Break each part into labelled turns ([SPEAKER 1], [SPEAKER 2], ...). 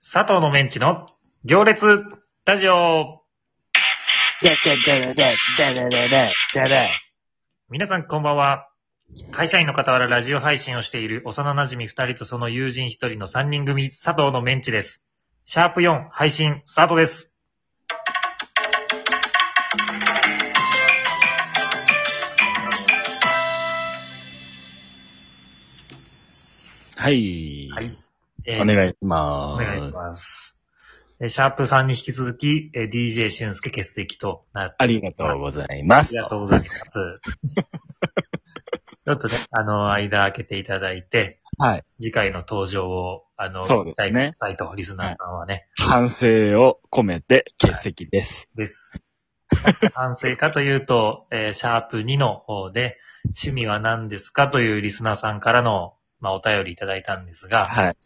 [SPEAKER 1] 佐藤のメンチの行列ラジオ
[SPEAKER 2] ダダダダダダダダダダダ。
[SPEAKER 1] 皆さんこんばんは。会社員の傍らラジオ配信をしている幼馴染2人とその友人1人の3人組佐藤のメンチです。シャープ4配信スタートです。
[SPEAKER 3] はい。
[SPEAKER 1] はい。えー
[SPEAKER 3] お願いし
[SPEAKER 1] お
[SPEAKER 3] ます。
[SPEAKER 1] 願いします。えーシャープ3に引き続き、えー DJ 俊介欠席となって
[SPEAKER 3] ありがとうございま
[SPEAKER 1] あ
[SPEAKER 3] す。
[SPEAKER 1] りがとうございます。 ちょっとね、あの、間開けていただいて、
[SPEAKER 3] はい。
[SPEAKER 1] 次回の登場を、あの、
[SPEAKER 3] そうですね
[SPEAKER 1] 期待くださいと、リスナーさんはね、
[SPEAKER 3] 反省を込めて欠席です。
[SPEAKER 1] です。 反省かというと、えーシャープ2の方で、趣味は何ですかというリスナーさんからの、まあ、お便りいただいたんですが、
[SPEAKER 3] はい。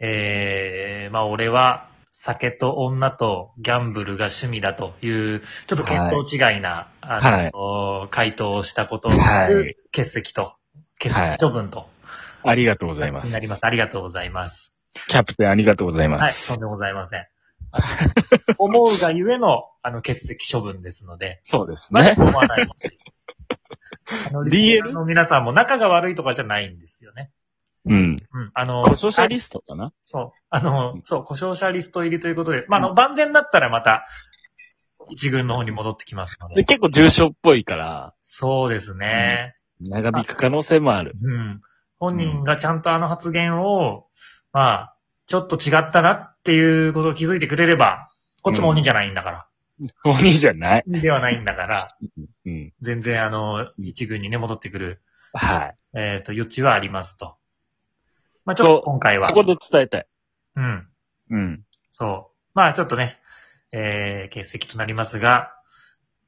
[SPEAKER 1] えー、まあ、俺は、酒と女とギャンブルが趣味だという、ちょっと見当違いな、あの、回答をしたことを、
[SPEAKER 3] はい
[SPEAKER 1] 欠席と、欠席処分と、
[SPEAKER 3] ありがとうございます。
[SPEAKER 1] になります。ありがとうございます。
[SPEAKER 3] キャプテンありがとうございま
[SPEAKER 1] はい、
[SPEAKER 3] す。
[SPEAKER 1] とんでもございません。思うがゆえの、あの、欠席処分ですので、
[SPEAKER 3] そうです
[SPEAKER 1] まあ
[SPEAKER 3] ね。
[SPEAKER 1] 思わ ないし。あの、リ
[SPEAKER 3] DL？
[SPEAKER 1] スナーの皆さんも仲が悪いとかじゃないんですよね。
[SPEAKER 3] うん。
[SPEAKER 1] うん、あの、
[SPEAKER 3] 故障者リストかな
[SPEAKER 1] そう。あの、そう、故障者リスト入りということで、まあ、あの、万全だったらまた、一軍の方に戻ってきますの
[SPEAKER 3] で
[SPEAKER 1] で。
[SPEAKER 3] 結構重症っぽいから、
[SPEAKER 1] そうですね。
[SPEAKER 3] 長引く可能性もある。
[SPEAKER 1] うん。本人がちゃんとあの発言を、まあ、ちょっと違ったなっていうことを気づいてくれれば、こっちも鬼じゃないんだから。
[SPEAKER 3] 鬼じゃない。
[SPEAKER 1] ではないんだから、
[SPEAKER 3] うん。
[SPEAKER 1] 全然あの、一軍にね、戻ってくる、
[SPEAKER 3] はい。
[SPEAKER 1] えっ、と、余地はありますと。まあ、ちょっと今回は。
[SPEAKER 3] ここで伝えたい。
[SPEAKER 1] うん。
[SPEAKER 3] うん。
[SPEAKER 1] そう。まあちょっとね、えー、欠席となりますが、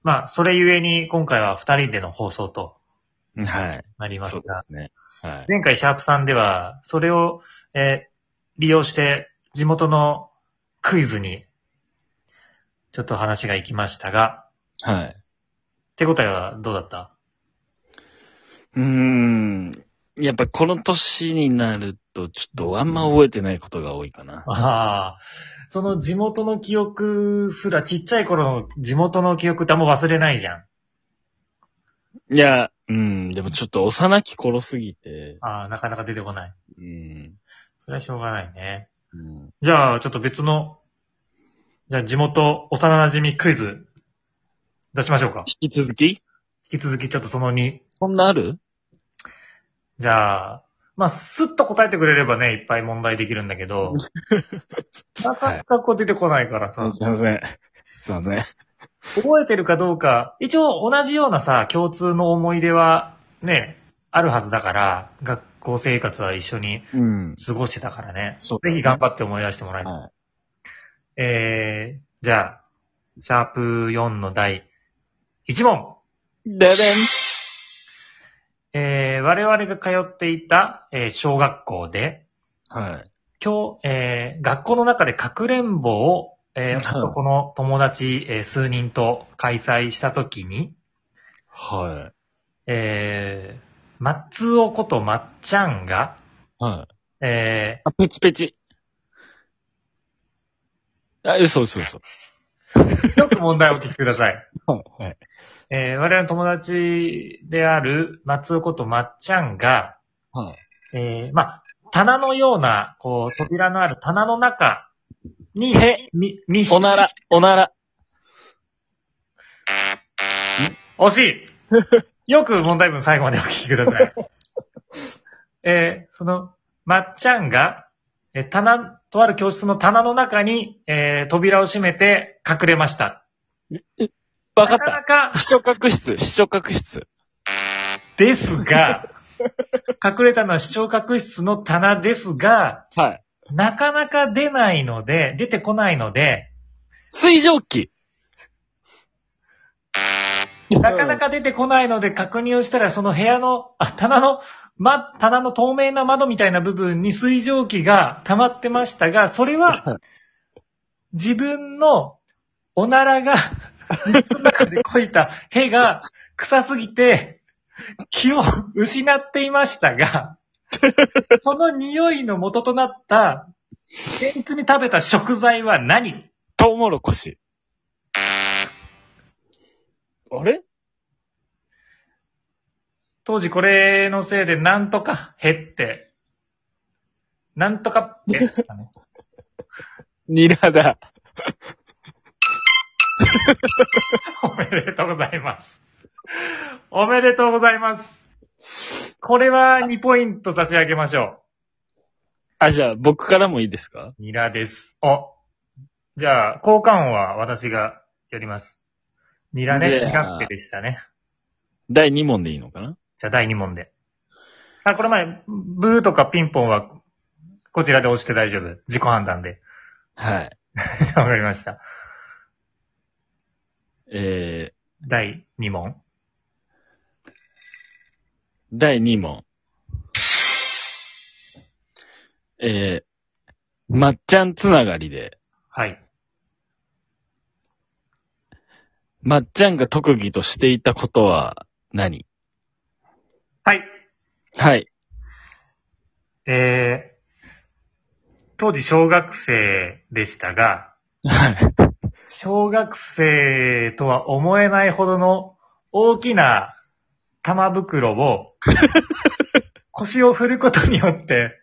[SPEAKER 1] まあそれゆえに今回は二人での放送と
[SPEAKER 3] はい。
[SPEAKER 1] なります
[SPEAKER 3] そうで
[SPEAKER 1] が、
[SPEAKER 3] すね。はい。
[SPEAKER 1] 前回シャープさんでは、それを、えー利用して地元のクイズに、ちょっと話が行きましたが、
[SPEAKER 3] はい。
[SPEAKER 1] 手応えはどうだった
[SPEAKER 3] うーん。やっぱこの年になると、ちょっとあんま覚えてないことが多いかな。
[SPEAKER 1] ああ、その地元の記憶すら、ちっちゃい頃の地元の記憶ってあんま忘れないじゃん。
[SPEAKER 3] いや、うん、でもちょっと幼き頃すぎて、
[SPEAKER 1] ああ、なかなか出てこない。
[SPEAKER 3] うん。
[SPEAKER 1] それはしょうがないね。
[SPEAKER 3] うん、
[SPEAKER 1] じゃあ、ちょっと別の、じゃあ地元幼馴染クイズ出しましょうか。
[SPEAKER 3] 引き続き
[SPEAKER 1] 引き続きちょっとその2。
[SPEAKER 3] そんなある
[SPEAKER 1] じゃあ、まあ、スッと答えてくれればね、いっぱい問題できるんだけど、なかなかこう出てこないからさ、
[SPEAKER 3] ません。すいません。
[SPEAKER 1] 覚えてるかどうか、一応同じようなさ、共通の思い出はね、あるはずだから、学校生活は一緒に
[SPEAKER 3] うん。
[SPEAKER 1] 過ごしてたからね、
[SPEAKER 3] そうだ
[SPEAKER 1] ぜ
[SPEAKER 3] ね
[SPEAKER 1] ひ頑張って思い出してもらいたい。
[SPEAKER 3] は
[SPEAKER 1] えー、じゃあ、シャープ4の第1問。
[SPEAKER 3] い。ででん
[SPEAKER 1] えー、我々が通っていた、えー小学校で、
[SPEAKER 3] はい。
[SPEAKER 1] 今日、えー、学校の中でかくれんぼを、えー、
[SPEAKER 3] うん
[SPEAKER 1] 男の友達、えー数人と開催したときに、
[SPEAKER 3] は
[SPEAKER 1] えー、松尾ことまっちゃんが、
[SPEAKER 3] い。はい。
[SPEAKER 1] え
[SPEAKER 3] あ、ペチペチ。あ、嘘嘘嘘。
[SPEAKER 1] ー、よく問題をお聞きください。
[SPEAKER 3] はい。はい。
[SPEAKER 1] えー、我々の友達である松尾ことまっちゃんが、
[SPEAKER 3] は
[SPEAKER 1] え
[SPEAKER 3] い。
[SPEAKER 1] ー、まあ、棚のような、こう、扉のある棚の中に、
[SPEAKER 3] へ
[SPEAKER 1] み、み
[SPEAKER 3] おなら、おなら。
[SPEAKER 1] 惜しい よく問題文最後までお聞きください。 えー、その、まっちゃんが、えー棚、とある教室の棚の中に、えー、扉を閉めて隠れました。
[SPEAKER 3] わか
[SPEAKER 1] なか
[SPEAKER 3] っ
[SPEAKER 1] な
[SPEAKER 3] た。
[SPEAKER 1] か、
[SPEAKER 3] 視聴覚室、視聴覚室。
[SPEAKER 1] です が、隠れたのは視聴覚室の棚ですが、
[SPEAKER 3] はい。
[SPEAKER 1] なかなか出ないので、出てこないので、
[SPEAKER 3] 水蒸気。
[SPEAKER 1] なかなか出てこないので確認をしたら、その部屋の、あ、棚の、ま、棚の透明な窓みたいな部分に水蒸気が溜まってましたが、それは、自分のおならが、水の中でこいた屁が臭すぎて、気を失っていましたが、その匂いの元となった前日に食べた食材は何
[SPEAKER 4] トウモロコシ。
[SPEAKER 3] あれ
[SPEAKER 1] 当時これのせいでなんとか減って、なんとかってやつだね、
[SPEAKER 4] ニラだ。
[SPEAKER 1] おめでとうございます。おめでとうございます。これは2ポイント差し上げましょ
[SPEAKER 3] あ、じゃあ僕からもいいですか
[SPEAKER 1] う。ニラです。あ、じゃあ、交換音は私がやります。ニラね、
[SPEAKER 3] じゃあ
[SPEAKER 1] ニラっぺでしたね。
[SPEAKER 3] 第2問でいいのかな
[SPEAKER 1] じゃあ第2問で。あ、これ前、ブーとかピンポンは、こちらで押して大丈夫。自己判断で。
[SPEAKER 3] はい。
[SPEAKER 1] じゃあわかりました。
[SPEAKER 3] え
[SPEAKER 1] 第2問。
[SPEAKER 3] ー、第2問。えー、まっちゃんつながりで、
[SPEAKER 1] はい。
[SPEAKER 3] まっちゃんが特技としていたことは何
[SPEAKER 1] はい。
[SPEAKER 3] はい。
[SPEAKER 1] えー、当時小学生でしたが、
[SPEAKER 3] はい。
[SPEAKER 1] 小学生とは思えないほどの大きな玉袋 を腰を振ることによって、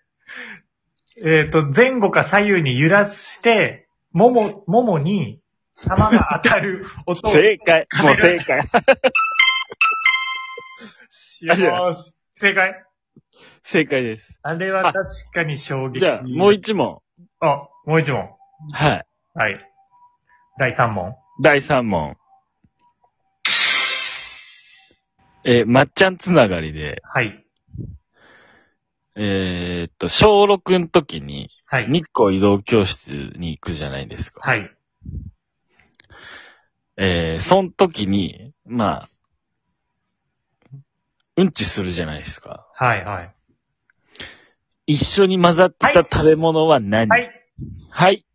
[SPEAKER 1] えっ、と、前後か左右に揺らして、もも、ももに玉が当たる音を。
[SPEAKER 4] 正解。もう正解。
[SPEAKER 1] よーし正解
[SPEAKER 3] 正解です。
[SPEAKER 1] あれは確かに衝撃。
[SPEAKER 3] じゃあ、もう一問。
[SPEAKER 1] あ、もう一問。
[SPEAKER 3] はい。
[SPEAKER 1] はい。第3問。
[SPEAKER 3] 第3問。えー、まっちゃんつながりで、
[SPEAKER 1] はい。
[SPEAKER 3] えーっと、小6の時に
[SPEAKER 1] はい。
[SPEAKER 3] 日光移動教室に行くじゃないですか。
[SPEAKER 1] はい。
[SPEAKER 3] えー、その時に、まあ、うんちするじゃないですか。
[SPEAKER 1] はい。はい。
[SPEAKER 3] 一緒に混ざってた食べ物は何
[SPEAKER 1] はい。
[SPEAKER 3] はい。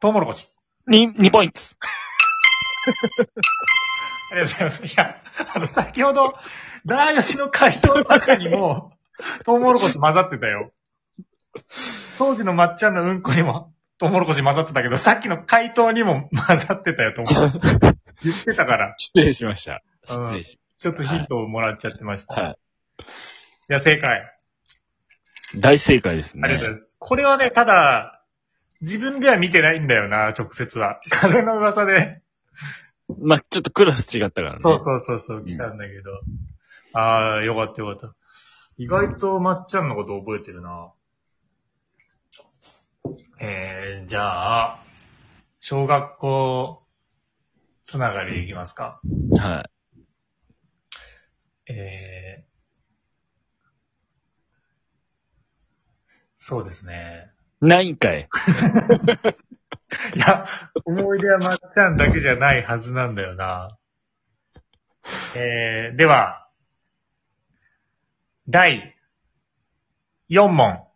[SPEAKER 1] トウモロコシ。
[SPEAKER 3] に、2ポイント。
[SPEAKER 1] ありがとうございます。いや、あの、先ほど、ダーヨシの回答の中にも、 トウモロコシ混ざってたよ。当時のまっちゃんのうんこにも、トウモロコシ混ざってたけど、さっきの回答にも混ざってたよ、トウモロコシ。 言ってたから、
[SPEAKER 3] 失礼しました。失礼し
[SPEAKER 1] ちょっとヒントをもらっちゃってました。
[SPEAKER 3] はいはい
[SPEAKER 1] じゃあ正解。
[SPEAKER 3] 大正解ですね。
[SPEAKER 1] ありがとうございます。これはね、ただ、自分では見てないんだよな、直接は。風の噂で。
[SPEAKER 3] まあ、ちょっとクラス違ったからね。
[SPEAKER 1] そうそうそうそう、来たんだけど。ああ、よかったよかった。意外とまっちゃんのこと覚えてるな。えー、じゃあ、小学校つながりでいきますか。
[SPEAKER 3] は
[SPEAKER 1] えー、そうですね。
[SPEAKER 3] い。ないん かい。
[SPEAKER 1] いや、思い出はまっちゃんだけじゃないはずなんだよな。えー、では、第4問。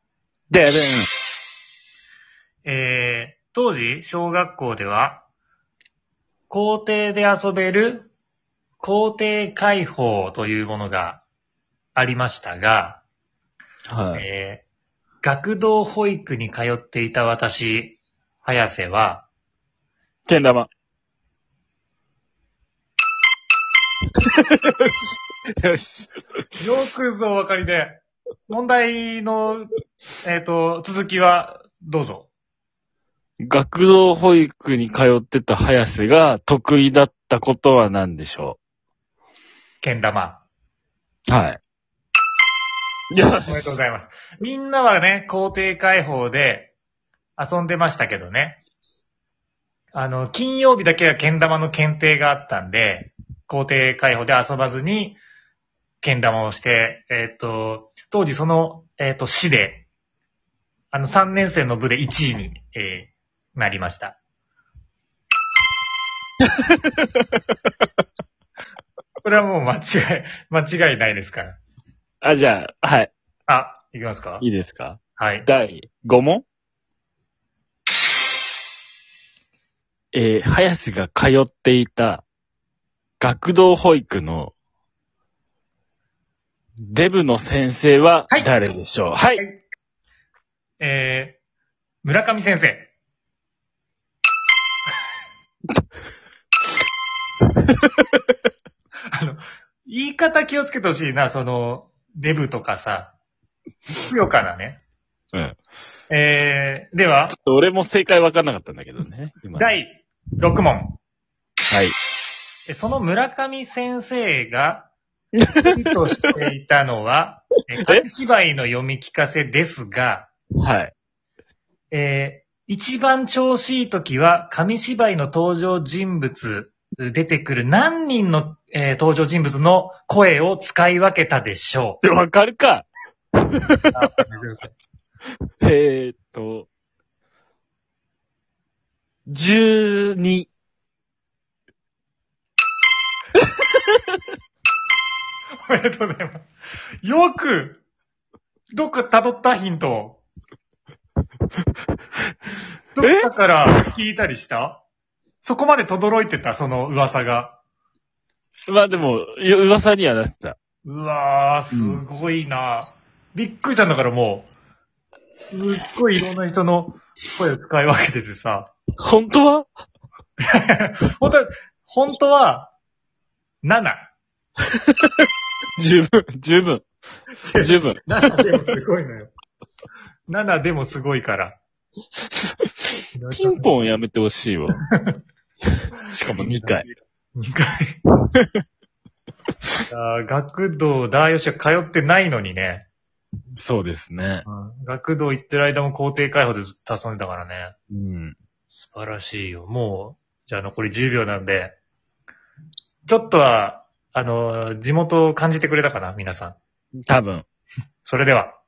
[SPEAKER 3] で、で、
[SPEAKER 1] えー、当時、小学校では、校庭で遊べる校庭開放というものがありましたが、
[SPEAKER 3] はい。
[SPEAKER 1] えー学童保育に通っていた私、早瀬は、
[SPEAKER 3] けん 玉。
[SPEAKER 4] よし。
[SPEAKER 1] よくぞお分かりで、問題の、えっ、と、続きは、どうぞ。
[SPEAKER 3] 学童保育に通ってた早瀬が得意だったことは何でしょ
[SPEAKER 1] けん玉。
[SPEAKER 3] うはい。よ
[SPEAKER 1] おめでとうご
[SPEAKER 3] し。
[SPEAKER 1] ざいます。みんなはね、校庭開放で遊んでましたけどね。あの、金曜日だけはけん玉の検定があったんで、校庭開放で遊ばずに、けん玉をして、えっ、と、当時その、えっ、と、市で、あの、3年生の部で1位に、えーなりました。これはもう間違い、間違いないですから。
[SPEAKER 3] あ、じゃあ、はい。
[SPEAKER 1] あ、いきますか
[SPEAKER 3] いいですか
[SPEAKER 1] はい。
[SPEAKER 3] 第5問えー、早瀬が通っていた学童保育のデブの先生は誰でしょうはい。
[SPEAKER 1] えー、村上先生。あの、言い方気をつけてほしいな、その、デブとかさ、ふくよかなね。
[SPEAKER 3] うん。
[SPEAKER 1] えー、では、
[SPEAKER 3] 俺も正解わかんなかったんだけどね。今
[SPEAKER 1] 第6問。
[SPEAKER 3] はい。
[SPEAKER 1] えその村上先生が、意図していたのは、え紙芝居の読み聞かせですが、
[SPEAKER 3] はい。
[SPEAKER 1] えー一番調子いい時は、紙芝居の登場人物、出てくる何人の、えー登場人物の声を使い分けたでしょう。
[SPEAKER 3] わかるかえーっと、12。
[SPEAKER 1] おめでとうございます。よく、どっか辿ったヒント を。どっかから聞いたりしたそこまで轟いてた、その噂が。
[SPEAKER 3] まあでも、よ噂にはなってた。
[SPEAKER 1] うわー、すごいな、びっくりしたんだからもう、すっごいいろんな人の声を使い分けててさ。
[SPEAKER 3] 本当は
[SPEAKER 1] 本当は、本当は、7。
[SPEAKER 3] 十分、十分。十分。
[SPEAKER 1] 7でもすごいのよ。7でもすごいから。
[SPEAKER 3] ピンポンやめてほしい わ。しかも2回。。
[SPEAKER 1] 2回。あー学童、大吉は通ってないのにね。
[SPEAKER 3] そうですね。
[SPEAKER 1] 学童行ってる間も校庭開放でずっと遊んでたからね。
[SPEAKER 3] うん。
[SPEAKER 1] 素晴らしいよ。もう、じゃあ残り10秒なんで、ちょっとは、あの、地元を感じてくれたかな、皆さん。
[SPEAKER 3] 多分。
[SPEAKER 1] それでは。